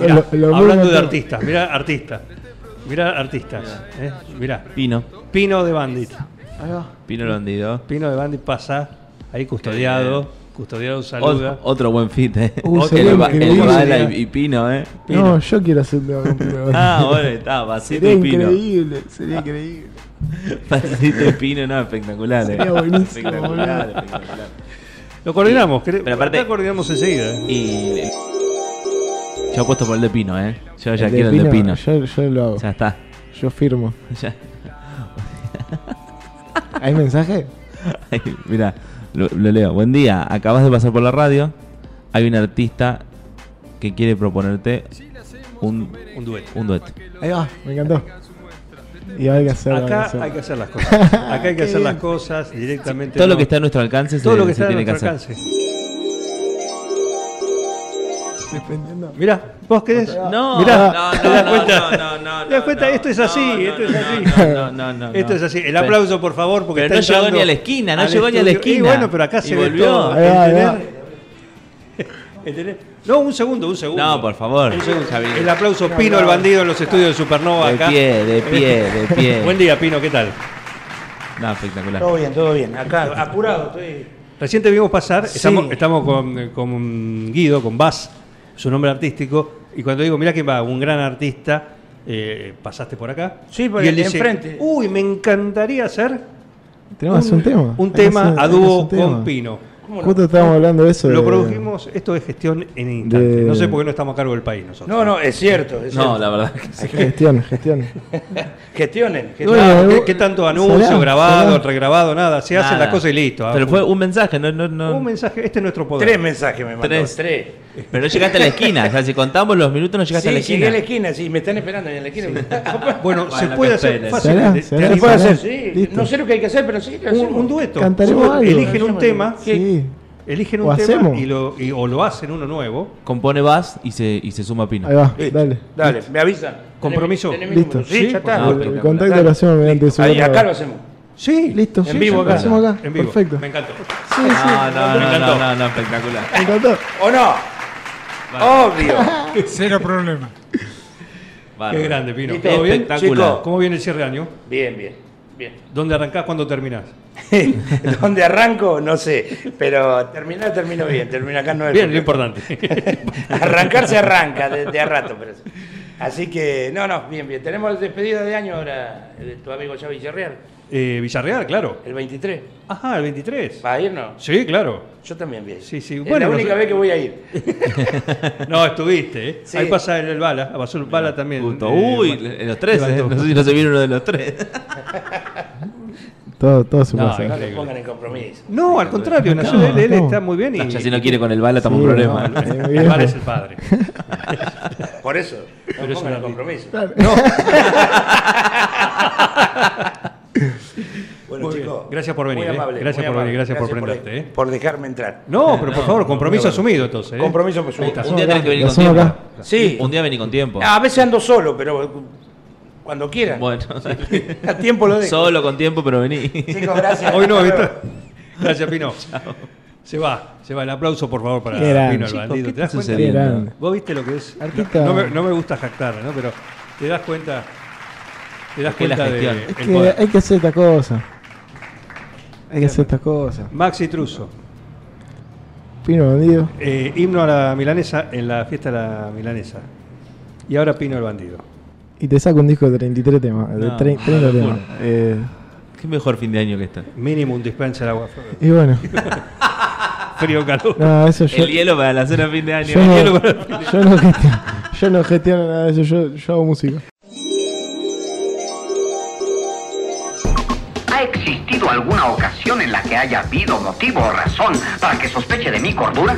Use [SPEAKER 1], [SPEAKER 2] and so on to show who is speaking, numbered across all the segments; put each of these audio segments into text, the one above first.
[SPEAKER 1] Mirá,
[SPEAKER 2] Lo- lo muy
[SPEAKER 1] hablando de
[SPEAKER 2] bueno.
[SPEAKER 1] artistas, mirá artista. Mirá artistas. ¿eh? Mirá.
[SPEAKER 3] Pino.
[SPEAKER 1] Pino de Bandit.
[SPEAKER 3] Pino el bandido.
[SPEAKER 1] Pino de Bandit pasa ahí custodiado. Custodiado saluda.
[SPEAKER 3] Ot- otro buen fit, eh.
[SPEAKER 2] Uh,
[SPEAKER 3] El
[SPEAKER 2] sería
[SPEAKER 3] ba- el,
[SPEAKER 2] increíble.
[SPEAKER 3] Bala y, y Pino, eh.
[SPEAKER 2] No, yo quiero hacer un tema con Pino Bandit.
[SPEAKER 3] Ah, bueno, está, Basito
[SPEAKER 2] Sería
[SPEAKER 3] y Pino.
[SPEAKER 2] increíble, sería increíble.
[SPEAKER 3] Basito y Pino, no, espectacular. eh.
[SPEAKER 2] Sería buenísimo,
[SPEAKER 3] espectacular,
[SPEAKER 2] boludo.
[SPEAKER 3] espectacular.
[SPEAKER 1] Lo coordinamos. cre-
[SPEAKER 3] Pero aparte-
[SPEAKER 1] acá coordinamos enseguida. ¿eh?
[SPEAKER 3] Y. Yo apuesto por el de Pino, eh. Yo ya
[SPEAKER 2] El de
[SPEAKER 3] quiero el de Pino.
[SPEAKER 2] Yo, yo lo hago,
[SPEAKER 3] Ya está.
[SPEAKER 2] yo firmo.
[SPEAKER 3] Ya.
[SPEAKER 2] ¿Hay mensaje?
[SPEAKER 3] Ay, Mira, lo, lo leo. Buen día, acabas de pasar por la radio. Hay un artista que quiere proponerte un,
[SPEAKER 1] Un dueto.
[SPEAKER 3] un dueto.
[SPEAKER 2] Ahí va, me encantó. Y hay que hacer
[SPEAKER 1] Acá hay que hacer las cosas. Acá hay que
[SPEAKER 2] Qué
[SPEAKER 1] hacer las
[SPEAKER 2] bien.
[SPEAKER 1] cosas directamente.
[SPEAKER 3] Todo
[SPEAKER 1] no-
[SPEAKER 3] lo que está a nuestro alcance se,
[SPEAKER 1] todo lo que
[SPEAKER 3] se
[SPEAKER 1] está a
[SPEAKER 3] tiene que
[SPEAKER 1] nuestro
[SPEAKER 3] hacer.
[SPEAKER 1] alcance.
[SPEAKER 2] Dependiendo.
[SPEAKER 1] Mirá, vos querés.
[SPEAKER 3] No,
[SPEAKER 1] Mirá,
[SPEAKER 3] no, no,
[SPEAKER 1] ¿te das
[SPEAKER 3] no,
[SPEAKER 1] cuenta?
[SPEAKER 3] no, no, no,
[SPEAKER 1] ¿Te das cuenta?
[SPEAKER 3] no,
[SPEAKER 1] esto es
[SPEAKER 3] no,
[SPEAKER 1] así,
[SPEAKER 3] no,
[SPEAKER 1] esto es
[SPEAKER 3] no,
[SPEAKER 1] así.
[SPEAKER 3] no, no, no, no,
[SPEAKER 1] Esto
[SPEAKER 3] no.
[SPEAKER 1] es así. El
[SPEAKER 3] Pero-
[SPEAKER 1] aplauso, por favor, porque está
[SPEAKER 3] pero no llegó
[SPEAKER 1] entrando
[SPEAKER 3] ni a la esquina, no
[SPEAKER 1] al
[SPEAKER 3] llegó ni a la
[SPEAKER 1] estudio.
[SPEAKER 3] esquina.
[SPEAKER 1] Y bueno, pero acá
[SPEAKER 3] Y
[SPEAKER 1] se ve
[SPEAKER 3] volvió.
[SPEAKER 1] todo.
[SPEAKER 2] Ahí va, ahí va.
[SPEAKER 1] ¿entendés? ¿Entendés? No, un segundo, un segundo.
[SPEAKER 3] No, por favor.
[SPEAKER 1] Un segundo.
[SPEAKER 3] Javier.
[SPEAKER 1] El aplauso Pino, el bandido en los estudios de Supernova
[SPEAKER 3] De
[SPEAKER 1] acá. Eh,
[SPEAKER 3] pie, de pie, de pie.
[SPEAKER 1] Buen día, Pino, ¿qué tal?
[SPEAKER 3] No, espectacular.
[SPEAKER 4] Todo bien, todo bien. Acá, apurado, estoy.
[SPEAKER 1] Recién te vimos pasar,
[SPEAKER 4] Sí.
[SPEAKER 1] estamos, estamos con, con Guido, con Bas, su nombre artístico, y cuando digo, mirá que va, un gran artista, eh, pasaste por acá.
[SPEAKER 4] Sí, por
[SPEAKER 1] y
[SPEAKER 4] el de enfrente.
[SPEAKER 1] Uy, me encantaría hacer
[SPEAKER 2] Tenemos un, tema.
[SPEAKER 1] un
[SPEAKER 2] Hay que
[SPEAKER 1] tema
[SPEAKER 2] hacer-
[SPEAKER 1] a
[SPEAKER 2] hay que hacer
[SPEAKER 1] dúo
[SPEAKER 2] un tema.
[SPEAKER 1] con Pino.
[SPEAKER 2] Justo estábamos hablando de eso.
[SPEAKER 1] Lo
[SPEAKER 2] de-
[SPEAKER 1] produjimos, esto es gestión en instante.
[SPEAKER 2] de-
[SPEAKER 1] No sé por qué no estamos a cargo del país nosotros.
[SPEAKER 4] No, no, es cierto. es
[SPEAKER 3] No,
[SPEAKER 4] cierto.
[SPEAKER 3] la verdad que sí.
[SPEAKER 2] Gestión, gestión.
[SPEAKER 4] Gestionen. gestionen.
[SPEAKER 2] Bueno,
[SPEAKER 1] Ah, ¿qué,
[SPEAKER 2] eh,
[SPEAKER 1] qué tanto anuncio,
[SPEAKER 2] será,
[SPEAKER 1] grabado,
[SPEAKER 2] será.
[SPEAKER 1] regrabado, nada? Se hacen
[SPEAKER 3] Nada.
[SPEAKER 1] las cosas y listo. ah.
[SPEAKER 3] Pero fue un mensaje, no, no, no.
[SPEAKER 1] un mensaje, este es nuestro poder.
[SPEAKER 4] Tres mensajes me mandó.
[SPEAKER 3] Tres.
[SPEAKER 4] Tres.
[SPEAKER 3] Pero no llegaste a la esquina. O sea, si contamos los minutos, no llegaste
[SPEAKER 4] Sí,
[SPEAKER 3] a la
[SPEAKER 4] llegué
[SPEAKER 3] esquina.
[SPEAKER 4] a la esquina, sí, me están esperando en la esquina.
[SPEAKER 1] Bueno,
[SPEAKER 3] Bueno,
[SPEAKER 1] se
[SPEAKER 3] lo
[SPEAKER 1] puede
[SPEAKER 3] que
[SPEAKER 1] hacer
[SPEAKER 3] esperes.
[SPEAKER 2] Será,
[SPEAKER 1] fácilmente. ¿Te
[SPEAKER 2] será.
[SPEAKER 4] Se
[SPEAKER 1] animas?
[SPEAKER 4] puede hacer,
[SPEAKER 2] Pará,
[SPEAKER 4] sí.
[SPEAKER 2] listo.
[SPEAKER 4] No sé lo que hay que hacer, pero sí, lo
[SPEAKER 1] un,
[SPEAKER 4] hacemos.
[SPEAKER 1] un dueto.
[SPEAKER 2] Cantaremos
[SPEAKER 1] Solo
[SPEAKER 2] algo.
[SPEAKER 1] Eligen un tema,
[SPEAKER 2] Sí.
[SPEAKER 1] eligen
[SPEAKER 2] O
[SPEAKER 1] un tema
[SPEAKER 2] hacemos.
[SPEAKER 1] y, lo, y- o lo hacen uno nuevo.
[SPEAKER 3] Compone Bass y se, y se suma Pino.
[SPEAKER 2] Ahí va,
[SPEAKER 1] Eh.
[SPEAKER 4] Listo.
[SPEAKER 2] dale.
[SPEAKER 4] Dale, me avisan.
[SPEAKER 1] Compromiso.
[SPEAKER 4] Tenés mi- tenés
[SPEAKER 2] Listo.
[SPEAKER 4] mi número. Sí, ya está.
[SPEAKER 3] Ah,
[SPEAKER 2] El- El
[SPEAKER 3] espectacular.
[SPEAKER 2] contacto lo
[SPEAKER 4] Dale.
[SPEAKER 2] hacemos mediante su.
[SPEAKER 4] Ahí, acá lo hacemos.
[SPEAKER 1] Sí,
[SPEAKER 2] Listo.
[SPEAKER 4] En vivo,
[SPEAKER 2] Lo hacemos acá.
[SPEAKER 1] En vivo.
[SPEAKER 2] Perfecto.
[SPEAKER 1] Me
[SPEAKER 2] Sí,
[SPEAKER 1] encantó.
[SPEAKER 2] sí.
[SPEAKER 3] No, no,
[SPEAKER 1] Me
[SPEAKER 3] no,
[SPEAKER 1] encantó.
[SPEAKER 3] no, no, no, espectacular.
[SPEAKER 2] Me encantó.
[SPEAKER 4] ¿O no? Obvio.
[SPEAKER 5] Cero problema.
[SPEAKER 3] Bárbaro.
[SPEAKER 1] Qué grande, Pino.
[SPEAKER 4] Listo,
[SPEAKER 1] ¿Todo bien?
[SPEAKER 3] espectacular.
[SPEAKER 4] Chico.
[SPEAKER 1] ¿Cómo viene el cierre de año?
[SPEAKER 4] Bien, bien, bien.
[SPEAKER 1] ¿Dónde arrancás? ¿Cuándo terminás?
[SPEAKER 4] ¿Dónde arranco? No sé, pero terminar termino bien, termino acá no es
[SPEAKER 1] Bien, lo importante.
[SPEAKER 4] Arrancar se arranca de, de a rato, pero sí. Así que, no, no, bien, bien. Tenemos la despedida de año ahora de tu amigo Xavi Villarreal,
[SPEAKER 1] Eh, Villarreal, claro.
[SPEAKER 4] el 23.
[SPEAKER 1] Ajá, el 23.
[SPEAKER 4] ¿Vas a ir no?
[SPEAKER 1] Sí, claro.
[SPEAKER 4] Yo también voy a ir.
[SPEAKER 1] Sí, sí,
[SPEAKER 4] Es
[SPEAKER 1] bueno, pues,
[SPEAKER 4] la única
[SPEAKER 1] no-
[SPEAKER 4] vez que voy a ir.
[SPEAKER 1] No, estuviste, ¿eh?
[SPEAKER 4] Sí.
[SPEAKER 1] Ahí pasa el, el Bala, a Basur Bala también.
[SPEAKER 3] Justo.
[SPEAKER 1] eh,
[SPEAKER 3] Uy,
[SPEAKER 1] bueno.
[SPEAKER 3] en los tres, eh.
[SPEAKER 1] levantó.
[SPEAKER 3] No sé si no se vieron uno de los tres.
[SPEAKER 2] Todo, todo su
[SPEAKER 1] No,
[SPEAKER 2] pasa.
[SPEAKER 4] No
[SPEAKER 1] acá-
[SPEAKER 4] te pongan en compromiso.
[SPEAKER 1] No, al contrario, en la ciudad de él
[SPEAKER 2] no.
[SPEAKER 1] está muy bien y.
[SPEAKER 3] Ya si no quiere con el bala, estamos en
[SPEAKER 2] Sí,
[SPEAKER 3] problema.
[SPEAKER 2] no, eh.
[SPEAKER 1] El Bala es el padre.
[SPEAKER 4] Por eso, no
[SPEAKER 1] Pero
[SPEAKER 4] me
[SPEAKER 1] es
[SPEAKER 4] pongan
[SPEAKER 1] una-
[SPEAKER 4] en compromiso. Bueno,
[SPEAKER 1] Muy bien.
[SPEAKER 4] chicos.
[SPEAKER 1] Gracias por venir,
[SPEAKER 4] muy
[SPEAKER 1] eh.
[SPEAKER 4] amable,
[SPEAKER 1] Gracias
[SPEAKER 4] muy
[SPEAKER 1] por
[SPEAKER 4] amable.
[SPEAKER 1] venir, gracias por
[SPEAKER 4] por,
[SPEAKER 1] prenderte, eh.
[SPEAKER 4] por dejarme entrar.
[SPEAKER 1] No, pero por favor, compromiso asumido entonces. ¿eh?
[SPEAKER 4] Compromiso por su-
[SPEAKER 1] Ahí está.
[SPEAKER 3] Un día tenés que venir
[SPEAKER 2] Lo
[SPEAKER 3] con
[SPEAKER 2] hacemos
[SPEAKER 3] tiempo.
[SPEAKER 2] acá. Ah,
[SPEAKER 4] Sí.
[SPEAKER 3] Un día vení con tiempo.
[SPEAKER 4] A veces ando solo, pero cuando quieran.
[SPEAKER 3] Bueno,
[SPEAKER 4] A tiempo lo dejo.
[SPEAKER 3] solo con tiempo, pero vení.
[SPEAKER 4] Chicos, gracias.
[SPEAKER 1] Hoy no,
[SPEAKER 4] Hasta
[SPEAKER 1] ¿viste?
[SPEAKER 4] luego.
[SPEAKER 1] Gracias, Pino. Se va, se va. El aplauso, por favor, para
[SPEAKER 2] Qué grande.
[SPEAKER 1] Pino el
[SPEAKER 3] Chicos,
[SPEAKER 1] bandido.
[SPEAKER 3] ¿qué
[SPEAKER 1] ¿Te das
[SPEAKER 3] está
[SPEAKER 1] cuenta?
[SPEAKER 3] sucediendo?
[SPEAKER 2] grande.
[SPEAKER 1] Vos viste lo que es.
[SPEAKER 2] Artista.
[SPEAKER 1] No, no me, no me gusta jactar, ¿no? Pero te das cuenta. Te das
[SPEAKER 3] Es que la
[SPEAKER 1] cuenta de.
[SPEAKER 3] gestión.
[SPEAKER 1] el
[SPEAKER 2] Es que
[SPEAKER 1] poder.
[SPEAKER 2] hay que hacer esta cosa. Hay que hacer estas cosas.
[SPEAKER 1] Maxi Truso,
[SPEAKER 2] Pino bandido.
[SPEAKER 1] eh, himno a la milanesa en la fiesta de la milanesa. Y ahora Pino el bandido.
[SPEAKER 2] Y te saco un disco de 33 temas. De
[SPEAKER 3] No,
[SPEAKER 2] tre- 30
[SPEAKER 3] locura.
[SPEAKER 2] temas. Eh,
[SPEAKER 3] Qué mejor fin de año que este.
[SPEAKER 1] Mínimo un dispensa de agua
[SPEAKER 2] y bueno,
[SPEAKER 1] frío calor.
[SPEAKER 2] no, eso yo.
[SPEAKER 3] El hielo para la cena de fin de año.
[SPEAKER 2] yo
[SPEAKER 3] el
[SPEAKER 2] no,
[SPEAKER 3] hielo para-
[SPEAKER 2] yo no gestiono, yo no gestiono nada de eso, yo, yo hago música.
[SPEAKER 6] ¿Ha existido alguna ocasión en la que haya habido motivo o razón para que sospeche de mi cordura?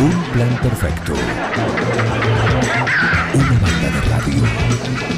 [SPEAKER 7] Un plan perfecto. Una banda de radio.